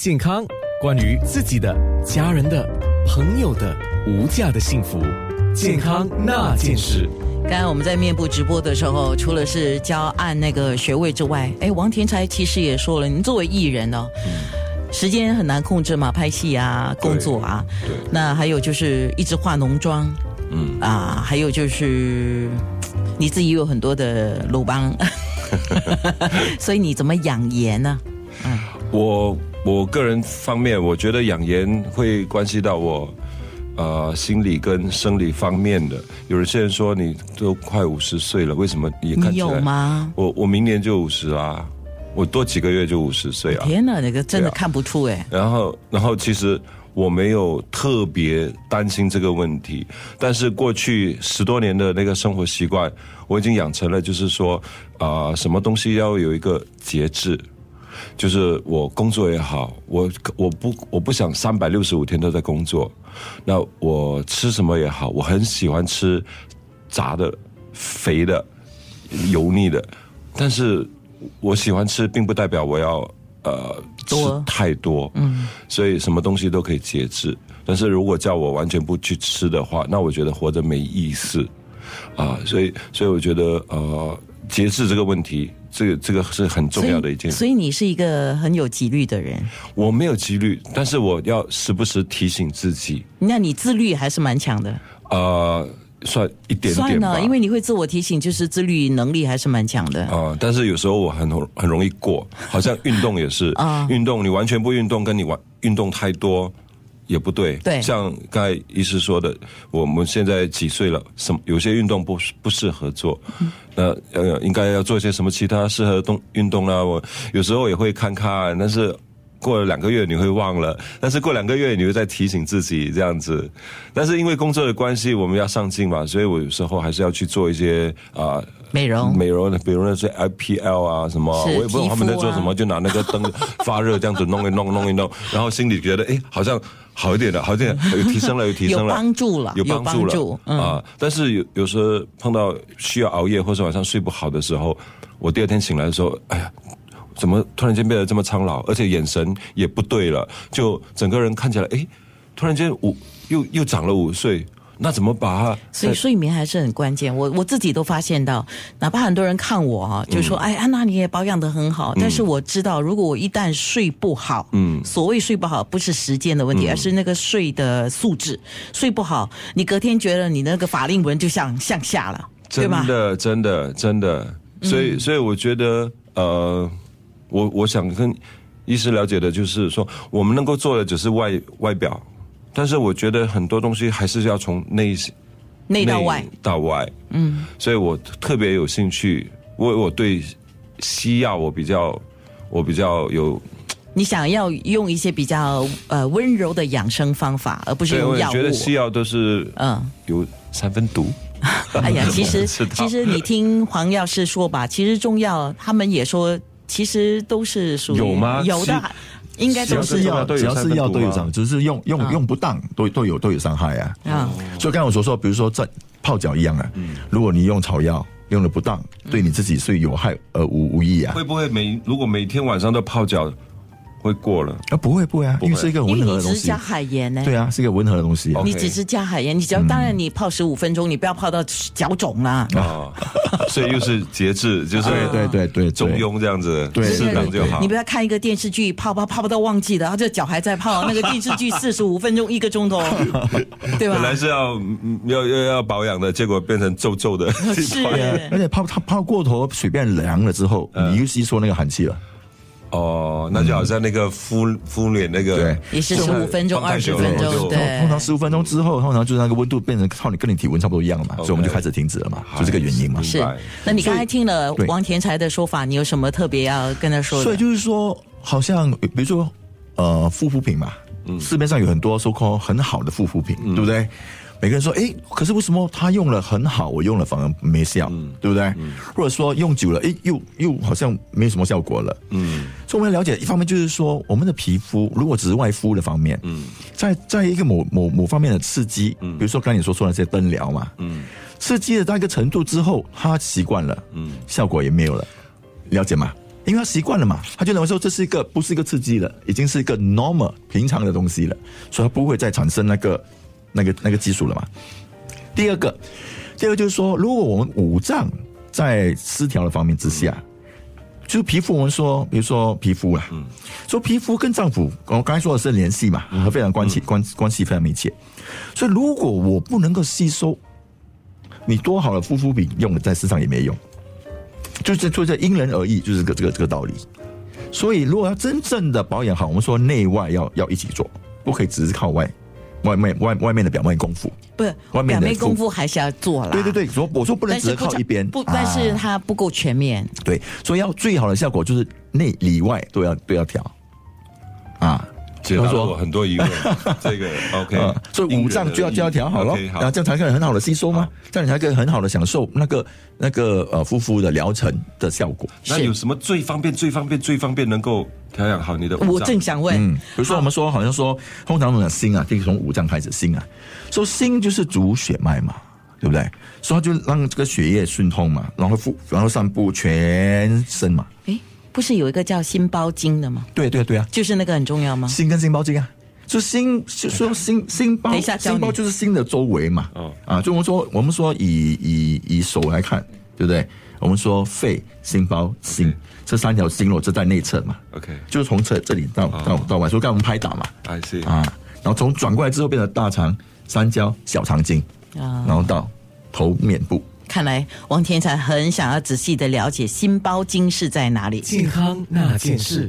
健康，关于自己的、家人的、朋友的无价的幸福，健康那件事。刚才我们在面部直播的时候，除了是教按那个穴位之外，哎，王天才其实也说了，您作为艺人哦，嗯时间很难控制嘛，拍戏啊，工作啊，对，那还有就是一直化浓妆嗯，啊，还有就是你自己有很多的 鲁邦，所以你怎么养颜呢、我我个人方面，我觉得养颜会关系到我。呃，心理跟生理方面的，有些人说你都快五十岁了，为什么也看你起来？有吗？我我明年就五十啊，我多几个月就五十岁啊。天哪，那个真的对啊看不出哎、然后，然后其实我没有特别担心这个问题，但是过去十多年的那个生活习惯，我已经养成了，就是说，啊、什么东西要有一个节制。就是我工作也好，我我不我不想三百六十五天都在工作，那我吃什么也好，我很喜欢吃炸的、肥的、油腻的，但是我喜欢吃，并不代表我要呃吃多太多，嗯，所以什么东西都可以节制。但是如果叫我完全不去吃的话，那我觉得活着没意思啊、所以所以我觉得呃节制这个问题，这个这个是很啊重要的一件事。所以。所以你是一个很有纪律的人，我没有几率，但是我要时不时提醒自己，那你自律还是蛮强的。呃，算一点算点吧，了，因为你会自我提醒，就是自律能力还是蛮强的。啊、但是有时候我很容很容易过，好像运动也是 啊运动你完全不运动，跟你玩运动太多也不对。对像刚才医师说的，我们现在几岁了，什么有些运动不不适合做，嗯那呃应该要做一些什么其他适合动运动啦、我有时候也会看看，但是。过了两个月你会忘了，但是过两个月你会再提醒自己这样子。但是因为工作的关系，我们要上进嘛，所以我有时候还是要去做一些啊、美容，美容的，比如那些 IPL 啊什么，我是也不知道他们在做什皮肤么，啊就拿那个灯发热这样子弄一弄弄一弄，然后心里觉得哎，好像好一点了，好一点了，有提升了，有提升有了。帮助了，有帮助了嗯，啊！但是有有时候碰到需要熬夜或者晚上睡不好的时候，我第二天醒来的时候，哎呀，怎么突然间变得这么苍老，而且眼神也不对了，就整个人看起来，哎，突然间五又又长了五岁，那怎么把它？所以睡眠还是很关键。我我自己都发现到，哪怕很多人看我啊，就说：“嗯哎，安娜你也保养的很好。”但是我知道，如果我一旦睡不好，嗯，所谓睡不好，不是时间的问题，嗯而是那个睡的素质。睡不好，你隔天觉得你那个法令纹就向向下了，对真吧？嗯的，真的，真的。所以，所以我觉得，呃，我我想跟医师了解的就是说，我们能够做的只是外外表，但是我觉得很多东西还是要从内内到外，到外，嗯。所以我特别有兴趣，我我对西药我比较我比较有，你想要用一些比较呃温柔的养生方法，而不是对，用我药物。觉得西药都是嗯，有三分毒。 哎呀，其我实知道其实你听黄药师说吧，其实中药他们也说，其实都是属于有吗有的，应该只都要是是有中药啊都有只要三是分药毒都有啊伤，只是用用用不当都都有都有伤害啊。所以刚才我所说，比如说在泡脚一样啊，嗯如果你用草药用的不当，对你自己是有害而无无益啊。会不会每如果每天晚上都泡脚，会过了？啊，不会不会啊，会哦因为是一个因温为和你的只东是西加。海盐呢、对啊，嗯是一个温和的东西。你只是加海盐，你只要、当然你泡十五分钟，你不要泡到脚肿啦。啊，所以又是节制，就是对对对对，对中。庸这样子，对适当就好你。不要看一个电视剧泡泡泡到忘记了，然后这脚还在泡，那个电视 剧四十五分钟一个钟头，对吧？本来是要嗯要要要保养的，结果变成皱皱的。 是对啊，而且泡它泡过头，水变凉了之后，嗯你又吸收那个寒气了。 哦，那就好像那个敷敷脸那个嗯对，也是十五分钟、放二太十久分了钟，就对。通常十五分钟之后，通常就是那个温度变成靠你跟你体温差不多一样嘛，所以我们就开始停止了嘛，就这个原因嘛。明是白，那你刚才听了对王田才的说法，你有什么特别要跟他说所以的？就是说，好像比如说呃，护肤品嘛，市面上有很多说 called 很好的护肤品，对不对？每个人说，诶，可是为什么他用了很好，我用了反而没效，对不对？或者说用久了，诶，又又好像没什么效果了。嗯，所以我们要了解，一方面就是说，我们的皮肤如果只是外敷的方面，嗯，在在一个某某某方面的刺激，比如说刚才你所说的那些灯疗嘛，嗯，刺激了到一个程度之后，他习惯了，嗯，效果也没有了，了解吗？因为他习惯了嘛，他就认为说这是一个不是一个刺激了，已经是一个 normal 平常的东西了，所以他不会再产生那个那个那个激素了嘛。第二个，第二个就是说，如果我们五脏在失调的方面之下，就是皮肤，我们说，比如说皮肤啊，说皮肤跟脏腑，我刚才说的是联系嘛，非常关系、关关系非常密切。所以如果我不能够吸收，你多好的护肤品用了在身上也没用，就是就这因人而异，就是这个这个这个道理。所以如果要真正的保养好，我们说内外要要一起做，不可以只是靠外外面外外面的表面功夫。不是外面表的面功腹夫还是要做啦。对对对，我我说不能但只是是不靠常一边，不，但是啊它不够全面。对，所以要最好的效果就是内里外都要都要调啊。解答了他说我很多疑 问。这个 OK，啊，所以五脏就要就要调好了， OK，好然后这样才可以很好的吸收吗？这样你才可以很好的享受那个那个呃夫妇的疗程的效果。那是有什么最方便、最方便、最方便能够调养好你的五我脏？正想问，嗯，比如说我们说好像说，通常我们讲心啊，就是从五脏开始，心啊，说心就是主血脉嘛，对不对？所以它就让这个血液顺通嘛，然后复然后散布全身嘛。哎，不是有一个叫心包经的吗？对对对啊，就是那个很重要吗？心跟心包经啊，就心就说心心包等一下，教你心包就是心的周围嘛。哦啊，就我们说我们说以以以手来看，对不对？我们说肺、心包、心、这三条经络，这在内侧嘛， OK，就是从这这里到、到哦到外，所以刚才我们拍打嘛， I see。啊，然后从转过来之后变成大肠、三焦、小肠经，啊然后到头面部。看来王天才很想要仔细的了解心包经是在哪里。健康那件事。